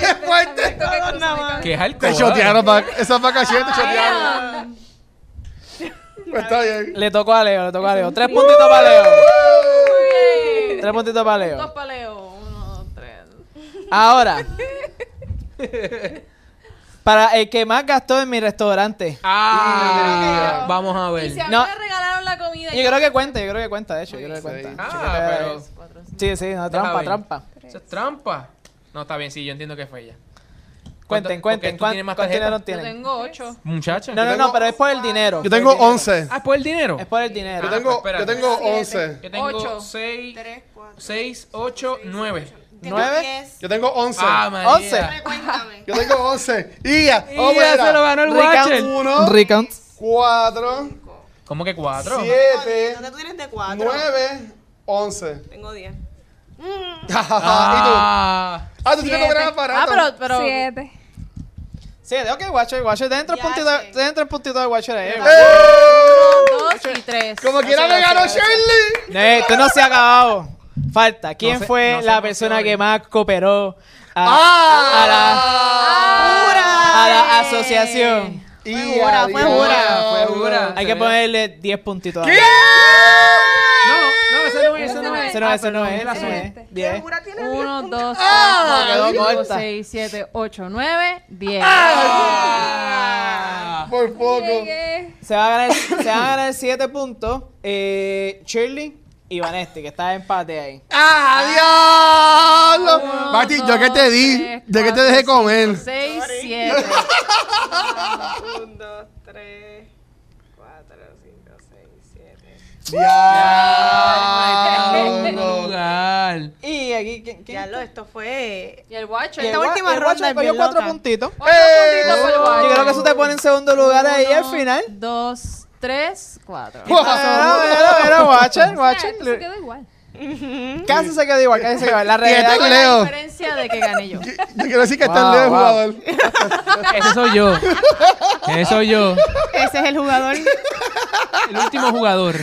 [SPEAKER 1] Vanetti, ¿qué tal?
[SPEAKER 5] Por favor.
[SPEAKER 2] ¡Qué fuerte!
[SPEAKER 6] Esto que cruza mi cabeza.
[SPEAKER 1] ¿Qué es alcohol?
[SPEAKER 2] Te chotearon, va- esas vacaciones te chotearon.
[SPEAKER 6] Damn.
[SPEAKER 2] Pues está bien.
[SPEAKER 5] Le tocó a Leo, le tocó a Leo. Tres puntitos para Leo. Tres puntitos para
[SPEAKER 6] Dos
[SPEAKER 5] Leo.
[SPEAKER 6] paleos. Uno, dos, tres.
[SPEAKER 5] Ahora. Para el que más gastó en mi restaurante.
[SPEAKER 1] Ah, vamos a
[SPEAKER 6] Y si
[SPEAKER 1] ver.
[SPEAKER 6] a
[SPEAKER 5] No.
[SPEAKER 6] mí me regalaron la comida.
[SPEAKER 5] Yo creo que cuenta, yo creo que cuenta, de hecho. Yo creo que
[SPEAKER 2] Sí.
[SPEAKER 5] cuenta.
[SPEAKER 1] Ah,
[SPEAKER 5] Chécate.
[SPEAKER 1] pero
[SPEAKER 5] Sí, sí, no,
[SPEAKER 1] Deja
[SPEAKER 5] trampa,
[SPEAKER 1] ver.
[SPEAKER 5] trampa.
[SPEAKER 1] eso es trampa. No, está bien, sí, yo entiendo que fue ella.
[SPEAKER 5] Cuenten,
[SPEAKER 1] ¿Cuánto- porque
[SPEAKER 5] cuenten.
[SPEAKER 1] tú
[SPEAKER 5] ¿Cuán-
[SPEAKER 1] tienes más
[SPEAKER 5] ¿Cuánto
[SPEAKER 1] tarjetas?
[SPEAKER 5] dinero
[SPEAKER 6] Yo
[SPEAKER 5] tienen?
[SPEAKER 6] tengo ocho.
[SPEAKER 1] Muchacha.
[SPEAKER 5] No, no, no, pero es por el dinero.
[SPEAKER 2] Yo tengo
[SPEAKER 5] Por el dinero.
[SPEAKER 2] 11.
[SPEAKER 1] Ah, ¿por el dinero?
[SPEAKER 5] Es por el dinero.
[SPEAKER 2] Yo tengo,
[SPEAKER 1] espérate.
[SPEAKER 2] yo tengo
[SPEAKER 3] Siete.
[SPEAKER 2] 11.
[SPEAKER 1] Yo tengo
[SPEAKER 6] Ocho.
[SPEAKER 1] 6,
[SPEAKER 3] Tres, cuatro.
[SPEAKER 1] 6, 8, 9.
[SPEAKER 5] ¿Nueve?
[SPEAKER 3] Diez.
[SPEAKER 2] Yo tengo 11.
[SPEAKER 1] Ah, María.
[SPEAKER 5] Once.
[SPEAKER 3] Cuéntame.
[SPEAKER 2] Yo tengo 11. Ia.
[SPEAKER 1] Y
[SPEAKER 2] Vamos
[SPEAKER 1] ya
[SPEAKER 2] para
[SPEAKER 1] se lo ganó el
[SPEAKER 5] Rican-
[SPEAKER 1] Watcher.
[SPEAKER 2] Uno,
[SPEAKER 5] Recount.
[SPEAKER 2] cuatro,
[SPEAKER 1] ¿Cómo que 4?
[SPEAKER 2] siete,
[SPEAKER 3] ¿Dónde tú tienes de cuatro?
[SPEAKER 2] nueve, once.
[SPEAKER 3] Tengo diez.
[SPEAKER 2] Ah,
[SPEAKER 1] Ah,
[SPEAKER 2] ¿Y tú? Ah, tú tienes un gran
[SPEAKER 6] Ah,
[SPEAKER 2] aparato.
[SPEAKER 6] pero, pero. Siete.
[SPEAKER 5] Sí, ok, Watcher, Watcher. Tienen tres
[SPEAKER 3] Ya
[SPEAKER 5] puntitos,
[SPEAKER 3] sé.
[SPEAKER 5] tienen tres puntitos de Watcher ahí.
[SPEAKER 2] ¡Eh!
[SPEAKER 6] Dos y tres.
[SPEAKER 2] Como quiera me ganó Shirley.
[SPEAKER 5] No, esto no se ha acabado. Falta. ¿Quién
[SPEAKER 1] No se-
[SPEAKER 5] fue
[SPEAKER 1] no se
[SPEAKER 5] la persona
[SPEAKER 1] emocione.
[SPEAKER 5] que más cooperó a, Ah, a
[SPEAKER 2] ¡Ah!
[SPEAKER 5] la, a la asociación?
[SPEAKER 2] Fue
[SPEAKER 4] jura, fue
[SPEAKER 1] jura, fue jura.
[SPEAKER 5] Hay que
[SPEAKER 1] Sería-
[SPEAKER 5] ponerle 10 puntitos. a-
[SPEAKER 2] ¿Qué?
[SPEAKER 1] no, no, ese no es, ese no es.
[SPEAKER 5] Ese no es,
[SPEAKER 1] Ah,
[SPEAKER 5] ese no
[SPEAKER 1] perdón,
[SPEAKER 5] es,
[SPEAKER 1] el azul.
[SPEAKER 5] ese no es. Bien.
[SPEAKER 3] Segura tiene diez
[SPEAKER 7] Uno,
[SPEAKER 3] puntos.
[SPEAKER 7] dos,
[SPEAKER 2] Ah,
[SPEAKER 7] tres,
[SPEAKER 5] quedó
[SPEAKER 7] cuatro, cinco,
[SPEAKER 5] corta.
[SPEAKER 7] seis, siete, ocho, nueve, diez.
[SPEAKER 1] Ah.
[SPEAKER 2] Por poco.
[SPEAKER 6] Llegué.
[SPEAKER 5] Se va a ganar, se va a ganar 7 puntos. Eh, Shirley y Vanesti, que está de empate ahí.
[SPEAKER 2] ¡Ah, diablo!
[SPEAKER 7] Uno,
[SPEAKER 2] Mati, yo
[SPEAKER 7] dos,
[SPEAKER 2] que te di,
[SPEAKER 7] tres,
[SPEAKER 2] de que te
[SPEAKER 7] cuatro,
[SPEAKER 2] dejé
[SPEAKER 7] cinco,
[SPEAKER 2] comer.
[SPEAKER 7] Seis, siete.
[SPEAKER 3] Un, dos, tres, cuatro, cinco, seis, siete.
[SPEAKER 1] Segundo
[SPEAKER 2] ¡Diablo!
[SPEAKER 1] ah, lugar.
[SPEAKER 5] Y aquí, ¿quién? quién?
[SPEAKER 3] Ya lo, esto fue.
[SPEAKER 7] Y el guacho.
[SPEAKER 5] Y el
[SPEAKER 7] Esta
[SPEAKER 5] gua-
[SPEAKER 7] última
[SPEAKER 5] el
[SPEAKER 7] ronda
[SPEAKER 5] Watcher
[SPEAKER 7] es
[SPEAKER 5] cogió
[SPEAKER 7] bien
[SPEAKER 5] 4
[SPEAKER 7] loca.
[SPEAKER 5] puntitos.
[SPEAKER 2] ¡Eh!
[SPEAKER 6] Fue el
[SPEAKER 5] Yo creo que
[SPEAKER 6] Watcher.
[SPEAKER 5] eso te pone en segundo lugar ahí al
[SPEAKER 7] Uno,
[SPEAKER 5] final.
[SPEAKER 7] Dos, tres, cuatro.
[SPEAKER 5] Era, era, era Watcher,
[SPEAKER 6] Ah, esto
[SPEAKER 5] Watcher.
[SPEAKER 6] se quedó igual.
[SPEAKER 5] Casi se quedó igual, casi se quedó igual. La
[SPEAKER 2] Y
[SPEAKER 5] realidad
[SPEAKER 2] este
[SPEAKER 5] es que-
[SPEAKER 2] Leo.
[SPEAKER 7] La diferencia de que gané yo.
[SPEAKER 2] Yo quiero decir que está
[SPEAKER 5] Wow,
[SPEAKER 2] el Leo
[SPEAKER 5] wow.
[SPEAKER 2] jugador.
[SPEAKER 1] Ese soy yo. Ese soy yo.
[SPEAKER 4] Ese es el jugador.
[SPEAKER 1] El último jugador.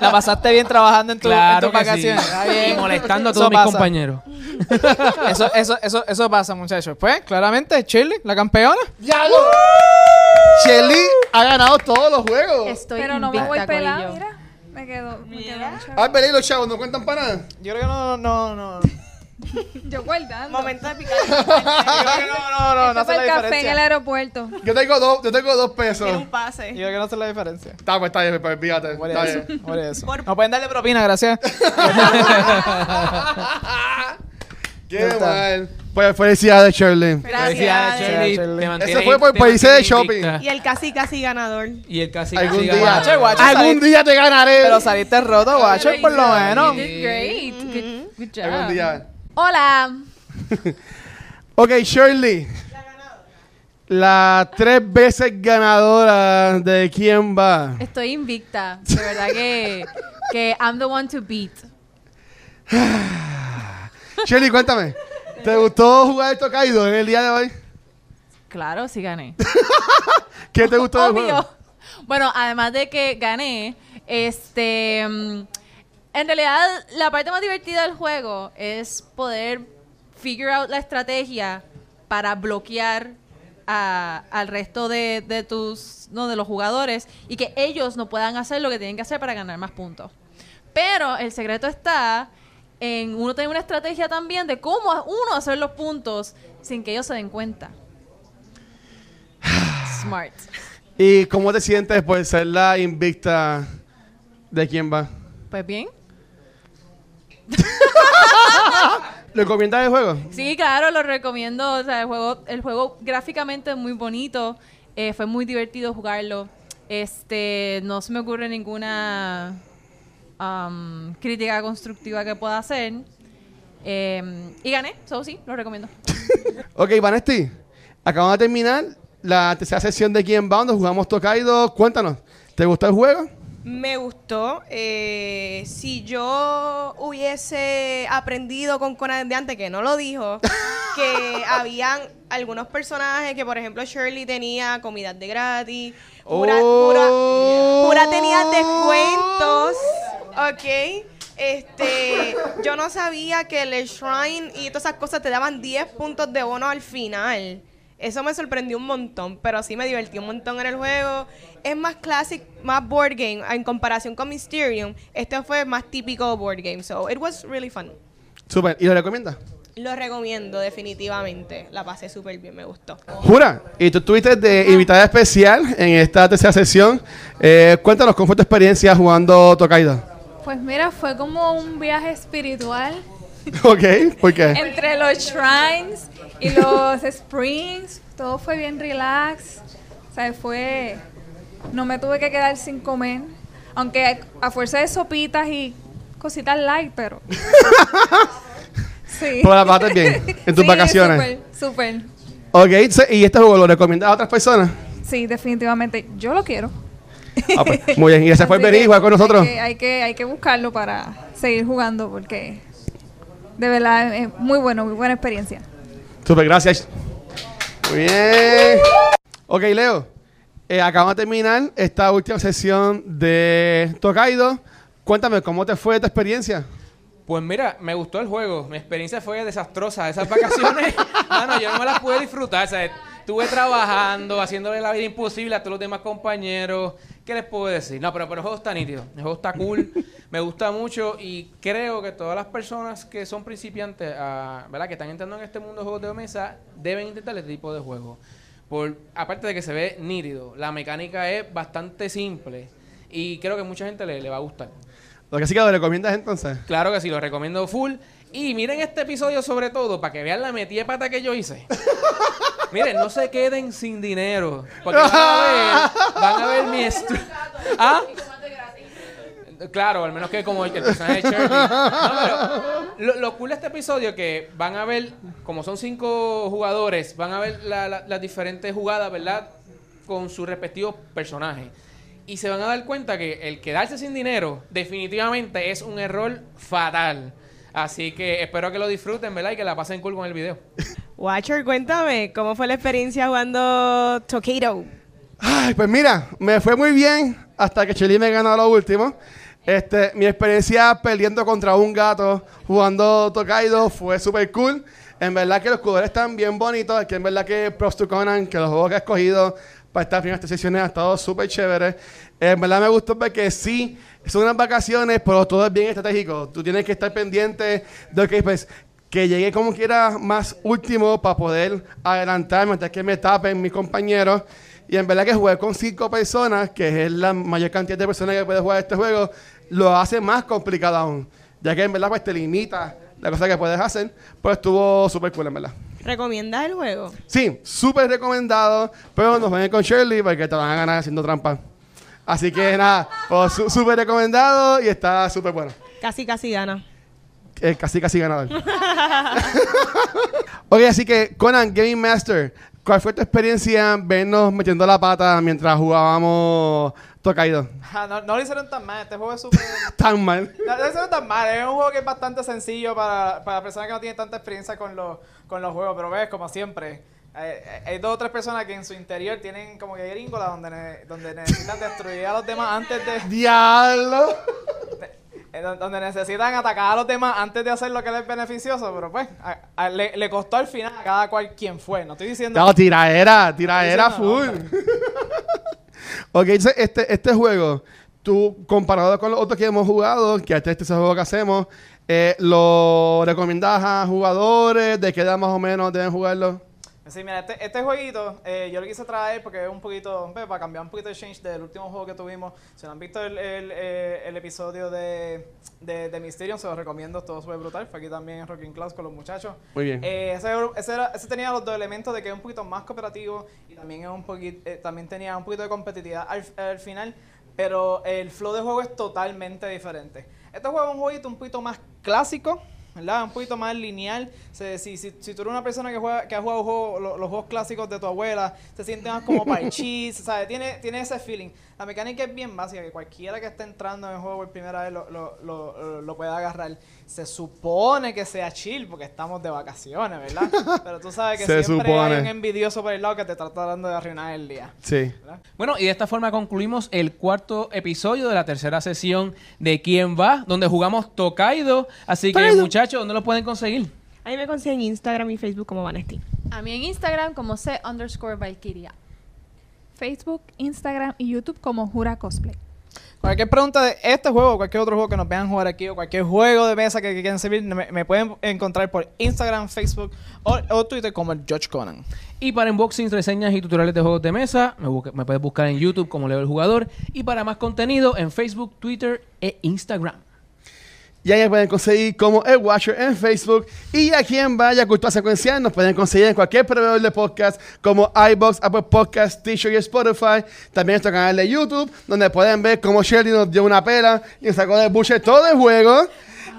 [SPEAKER 5] La pasaste bien trabajando en, tu, en
[SPEAKER 1] Claro
[SPEAKER 5] tus
[SPEAKER 1] que sí.
[SPEAKER 5] vacaciones. Ah, bien.
[SPEAKER 1] Y molestando a
[SPEAKER 5] Eso
[SPEAKER 1] todos mis
[SPEAKER 5] pasa.
[SPEAKER 1] compañeros.
[SPEAKER 5] Eso, eso, eso, eso pasa, muchachos. Pues, claramente, Shirley, la campeona.
[SPEAKER 2] ¡Diablo! Shelly ha ganado todos los juegos.
[SPEAKER 7] Estoy
[SPEAKER 6] Pero no me voy
[SPEAKER 7] invicta,
[SPEAKER 6] pelada,
[SPEAKER 7] Corillo.
[SPEAKER 6] mira. Me quedó. Me quedó un
[SPEAKER 2] Ay,
[SPEAKER 6] chavo.
[SPEAKER 2] Belén, Ah, los chavos no cuentan para nada.
[SPEAKER 5] Yo creo que no, no, no.
[SPEAKER 6] Yo guardando.
[SPEAKER 3] Momento de picar.
[SPEAKER 5] Yo creo que no, no, no, no
[SPEAKER 6] Este
[SPEAKER 5] hace
[SPEAKER 6] fue
[SPEAKER 5] la
[SPEAKER 6] el café en el
[SPEAKER 5] diferencia.
[SPEAKER 6] aeropuerto.
[SPEAKER 2] Yo tengo dos, yo tengo dos pesos.
[SPEAKER 3] Tiene un
[SPEAKER 5] Yo
[SPEAKER 3] pase.
[SPEAKER 5] creo que no hace la diferencia.
[SPEAKER 2] Está pues, está bien, pues, fíjate.
[SPEAKER 5] Por
[SPEAKER 2] Está
[SPEAKER 5] eso,
[SPEAKER 2] bien.
[SPEAKER 5] por eso.
[SPEAKER 3] Por-
[SPEAKER 5] No pueden darle propina, gracias.
[SPEAKER 2] Qué
[SPEAKER 5] Ya está.
[SPEAKER 2] mal. Pues felicidades, Shirley.
[SPEAKER 1] Felicidades,
[SPEAKER 3] Gracias.
[SPEAKER 1] Shirley.
[SPEAKER 5] Shirley.
[SPEAKER 1] Te mantienes-
[SPEAKER 2] Ese fue por
[SPEAKER 1] te
[SPEAKER 2] países de
[SPEAKER 1] mantienes
[SPEAKER 2] shopping.
[SPEAKER 1] invicta.
[SPEAKER 3] Y el casi casi ganador.
[SPEAKER 1] Y el casi
[SPEAKER 2] Algún
[SPEAKER 1] casi
[SPEAKER 2] día.
[SPEAKER 1] ganó.
[SPEAKER 5] Guacho, guacho,
[SPEAKER 2] Algún
[SPEAKER 5] saliste-
[SPEAKER 2] día te ganaré.
[SPEAKER 5] Pero saliste roto, Watcher, por lo menos.
[SPEAKER 7] You did great. Good, good job.
[SPEAKER 2] Algún día.
[SPEAKER 7] Hola.
[SPEAKER 2] Ok, Shirley. La tres veces ganadora de quién va.
[SPEAKER 7] Estoy invicta. De verdad que, que I'm the one to beat.
[SPEAKER 2] Shirley, cuéntame. ¿Te gustó jugar esto caído en el día de hoy?
[SPEAKER 7] Claro, sí gané.
[SPEAKER 2] ¿Qué te gustó del
[SPEAKER 7] Obvio.
[SPEAKER 2] juego?
[SPEAKER 7] Bueno, además de que gané, este. mm, En realidad, la parte más divertida del juego es poder figure out la estrategia para bloquear a- al resto de, de tus. No, de los jugadores y que ellos no puedan hacer lo que tienen que hacer para ganar más puntos. Pero el secreto está en uno tener una estrategia también de cómo uno hacer los puntos sin que ellos se den cuenta. Smart.
[SPEAKER 2] ¿Y cómo te sientes después de ser la invicta de quién va?
[SPEAKER 7] Pues bien.
[SPEAKER 2] ¿Le comentas el juego?
[SPEAKER 7] Sí, claro, lo recomiendo. O sea, el juego, el juego gráficamente es muy bonito. eh, fue muy divertido jugarlo. Este, no se me ocurre ninguna am, crítica constructiva que pueda hacer. Em, y gané, so sí, lo recomiendo.
[SPEAKER 2] Ok, Vanesti, acabamos de terminar la tercera sesión de quién va, donde jugamos Tokaido. Cuéntanos, ¿te gustó el juego?
[SPEAKER 3] Me gustó. eh, si yo hubiese aprendido con Conan de antes, que no lo dijo, que habían algunos personajes que, por ejemplo, Shirley tenía comidas de gratis, Pura,
[SPEAKER 2] Oh.
[SPEAKER 3] Pura- Pura tenía descuentos, ¿ok? Este, yo no sabía que el Shrine y todas esas cosas te daban 10 puntos de bono al final. Eso me sorprendió un montón, pero sí me divertí un montón en el juego. Es más classic, más board game en comparación con Mysterium. Este fue más típico board game, so it was really fun.
[SPEAKER 2] Super, ¿y lo recomiendas?
[SPEAKER 3] Lo recomiendo, definitivamente. La pasé súper bien, me gustó.
[SPEAKER 2] Jura, y tú estuviste de invitada especial en esta tercera sesión. Eh, cuéntanos, ¿cómo fue tu experiencia jugando Tokaido?
[SPEAKER 6] Pues mira, fue como un viaje espiritual
[SPEAKER 2] ok, ¿por qué?
[SPEAKER 6] entre los shrines y los springs. Todo fue bien relax. O sea, fue. No me tuve que quedar sin comer. Aunque a fuerza de sopitas y cositas light, pero. sí.
[SPEAKER 2] Pero la pasaste bien en tus
[SPEAKER 6] Sí,
[SPEAKER 2] vacaciones.
[SPEAKER 6] Súper, súper.
[SPEAKER 2] Ok, so- y este juego lo recomiendas a otras personas.
[SPEAKER 6] Sí, definitivamente. Yo lo quiero.
[SPEAKER 2] Ah, pues, muy bien, y gracias por
[SPEAKER 6] Así
[SPEAKER 2] venir
[SPEAKER 6] que eh,
[SPEAKER 2] y jugar con nosotros.
[SPEAKER 6] Hay que, hay, que, hay que buscarlo para seguir jugando porque de verdad es muy bueno, muy buena experiencia.
[SPEAKER 2] Super, gracias. Muy bien. Ok, Leo. eh, acabamos de terminar esta última sesión de Tokaido. Cuéntame, ¿cómo te fue tu experiencia?
[SPEAKER 1] Pues mira, me gustó el juego. Mi experiencia fue desastrosa. Esas vacaciones, mano, yo no me las pude disfrutar. O sea, estuve trabajando, haciéndole la vida imposible a todos los demás compañeros. ¿Qué les puedo decir? No, pero, pero el juego está nítido. El juego está cool. Me gusta mucho y creo que todas las personas que son principiantes, ah, ¿verdad? Que están entrando en este mundo de juegos de mesa, deben intentar este tipo de juego. Por, aparte de que se ve nítido, la mecánica es bastante simple y creo que mucha gente le- le va a gustar.
[SPEAKER 2] Lo que sí que lo recomiendas entonces.
[SPEAKER 1] Claro que sí, lo recomiendo full. Y miren este episodio sobre todo para que vean la metida de pata que yo hice. miren, no se queden sin dinero. Porque van a ver, van a ver mi estru- ¿Ah? Claro, al menos que como el que el personaje de Shirley. No, pero lo, lo cool de este episodio es que van a ver, como son cinco jugadores, van a ver la- la- las diferentes jugadas, ¿verdad? Con sus respectivos personajes. Y se van a dar cuenta que el quedarse sin dinero definitivamente es un error fatal. Así que espero que lo disfruten, ¿verdad? Y que la pasen cool con el video.
[SPEAKER 3] Watcher, cuéntame, ¿cómo fue la experiencia jugando Tokido?
[SPEAKER 2] Ay, pues mira, me fue muy bien hasta que Chile me ganó lo último. Este, mi experiencia perdiendo contra un gato jugando Tokaido fue súper cool. En verdad que los jugadores están bien bonitos. Que en verdad que Props to Conan, que los juegos que he escogido para estas primeras tres sesiones ha estado súper chévere. En verdad me gustó porque sí, son unas vacaciones, pero todo es bien estratégico. Tú tienes que estar pendiente de que pues, que llegué como quiera más último para poder adelantarme hasta que me tapen mis compañeros. Y en verdad que jugué con cinco personas, que es la mayor cantidad de personas que puede jugar este juego, lo hace más complicado aún. Ya que en verdad pues te limita la cosa que puedes hacer, pero estuvo súper cool en verdad.
[SPEAKER 3] ¿Recomiendas el juego?
[SPEAKER 2] Sí, súper recomendado, pero nos ven con Shirley porque te van a ganar haciendo trampa. Así que nada, pues, su- súper recomendado y está súper bueno.
[SPEAKER 3] Casi, casi gana.
[SPEAKER 2] Eh, casi, casi ganador. ok, así que Conan, Gaming Master, ¿cuál fue tu experiencia en vernos metiendo la pata mientras jugábamos Tokaido?
[SPEAKER 5] Ja, Ah, no, no lo hicieron tan mal, este juego es súper...
[SPEAKER 2] Tan mal.
[SPEAKER 5] No, no lo hicieron tan mal, es un juego que es bastante sencillo para, para personas que no tienen tanta experiencia con los, con los juegos, pero ves, como siempre, eh, hay dos o tres personas que en su interior tienen como que gringolas donde, ne- donde necesitan destruir a los demás antes de...
[SPEAKER 2] ¡Diablo!
[SPEAKER 5] Eh, don- donde necesitan atacar a los demás antes de hacer lo que les es beneficioso, pero pues a- a- le, le costó al final a cada cual quien fue. No estoy diciendo.
[SPEAKER 2] No, tiraera, tiraera
[SPEAKER 5] Ese no,
[SPEAKER 2] full. ok, entonces este, este juego, tú comparado con los otros que hemos jugado, que este, este es el juego que hacemos, eh, ¿lo recomiendas a jugadores? ¿De qué edad más o menos deben jugarlo?
[SPEAKER 5] Sí, mira, este, este jueguito eh, yo lo quise traer porque es un poquito, ve, para cambiar un poquito el change del último juego que tuvimos. Si no han visto el, el, eh, el episodio de, de, de Mysterium, se los recomiendo, estuvo súper brutal. Fue aquí también en Rocking Class con los muchachos.
[SPEAKER 2] Muy bien.
[SPEAKER 5] Eh, ese, era- ese era- ese tenía los dos elementos de que es un poquito más cooperativo y también, es un poquito, también tenía un poquito de competitividad al, al final, pero el flow de juego es totalmente diferente. Este juego es un jueguito un poquito más clásico, ¿verdad? Un poquito más lineal. Se- si, si, si tú eres una persona que, juega, que ha jugado juego- lo- los juegos clásicos de tu abuela, se siente más como parchís, ¿sabes? Tiene, tiene ese feeling. La mecánica es bien básica, que cualquiera que esté entrando en el juego por primera vez lo, lo, lo, lo puede agarrar. Se supone que sea chill, porque estamos de vacaciones, ¿verdad? Pero tú sabes que
[SPEAKER 2] Se
[SPEAKER 5] siempre
[SPEAKER 2] supone.
[SPEAKER 5] hay un envidioso por el lado que te está tratando de arruinar el día.
[SPEAKER 2] Sí.
[SPEAKER 1] Bueno, y de esta forma concluimos el cuarto episodio de la tercera sesión de Quién va, donde jugamos Tokaido. Así que, muchachos, ¿dónde lo pueden conseguir?
[SPEAKER 3] A mí me consiguen Instagram y Facebook como Vanesti.
[SPEAKER 7] A mí en Instagram como C underscore Valkyria.
[SPEAKER 6] Facebook, Instagram y YouTube como Jura Cosplay.
[SPEAKER 5] Cualquier pregunta de este juego o cualquier otro juego que nos vean jugar aquí o cualquier juego de mesa que, que quieran servir, me, me pueden encontrar por Instagram, Facebook o, o Twitter como el George Conan.
[SPEAKER 1] Y para unboxings, reseñas y tutoriales de juegos de mesa, me, busca- me puedes buscar en YouTube como Leo el Jugador. Y para más contenido, en Facebook, Twitter e Instagram.
[SPEAKER 2] Y ahí me pueden conseguir como El Watcher en Facebook. Y aquí en Vaya Cultura Secuencial nos pueden conseguir en cualquier proveedor de podcast como iBox, Apple Podcast, T-Shirt y Spotify. También nuestro canal de YouTube, donde pueden ver cómo Shelly nos dio una pela y nos sacó del buche todo el juego.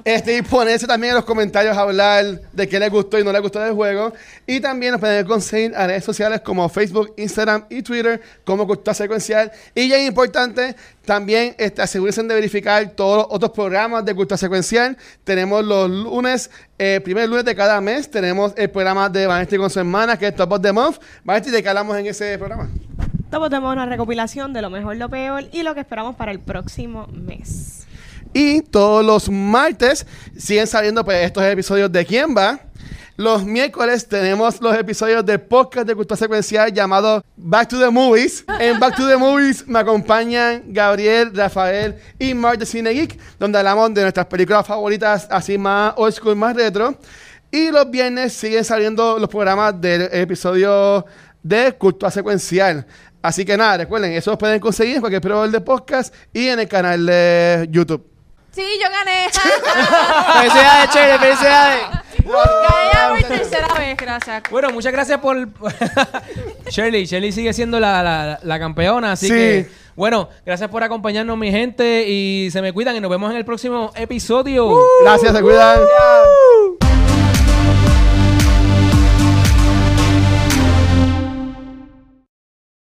[SPEAKER 2] Este, y ponerse también en los comentarios a hablar de qué les gustó y no les gustó del juego. Y también nos pueden conseguir a redes sociales como Facebook, Instagram y Twitter como Cultura Secuencial. Y ya es importante, también este, asegúrense de verificar todos los otros programas de Cultura Secuencial. Tenemos los lunes, eh, primer lunes de cada mes, tenemos el programa de Vanesti con su hermana, que es Top of the Month. Vanesti, ¿de qué hablamos en ese programa?
[SPEAKER 3] Todos tenemos una recopilación de lo mejor, lo peor y lo que esperamos para el próximo mes.
[SPEAKER 2] Y todos los martes siguen saliendo pues, estos episodios de ¿Quién va? Los miércoles tenemos los episodios de podcast de cultura secuencial llamado Back to the Movies. En Back to the Movies me acompañan Gabriel, Rafael y Mark de Cine Geek, donde hablamos de nuestras películas favoritas, así más old school, más retro. Y los viernes siguen saliendo los programas del episodio de Cultura Secuencial. Así que nada, recuerden, eso los pueden conseguir en cualquier proveedor de podcast y en el canal de YouTube.
[SPEAKER 7] Sí, yo gané.
[SPEAKER 5] ¡Felicidades, Chile! ¡Felicidades!
[SPEAKER 7] gané ya por tercera vez, gracias.
[SPEAKER 1] Bueno, muchas gracias por... Shirley, Shirley sigue siendo la, la- la campeona, así
[SPEAKER 2] Sí.
[SPEAKER 1] que... Bueno, gracias por acompañarnos, mi gente, y se me cuidan y nos vemos en el próximo episodio.
[SPEAKER 2] Gracias, se cuidan.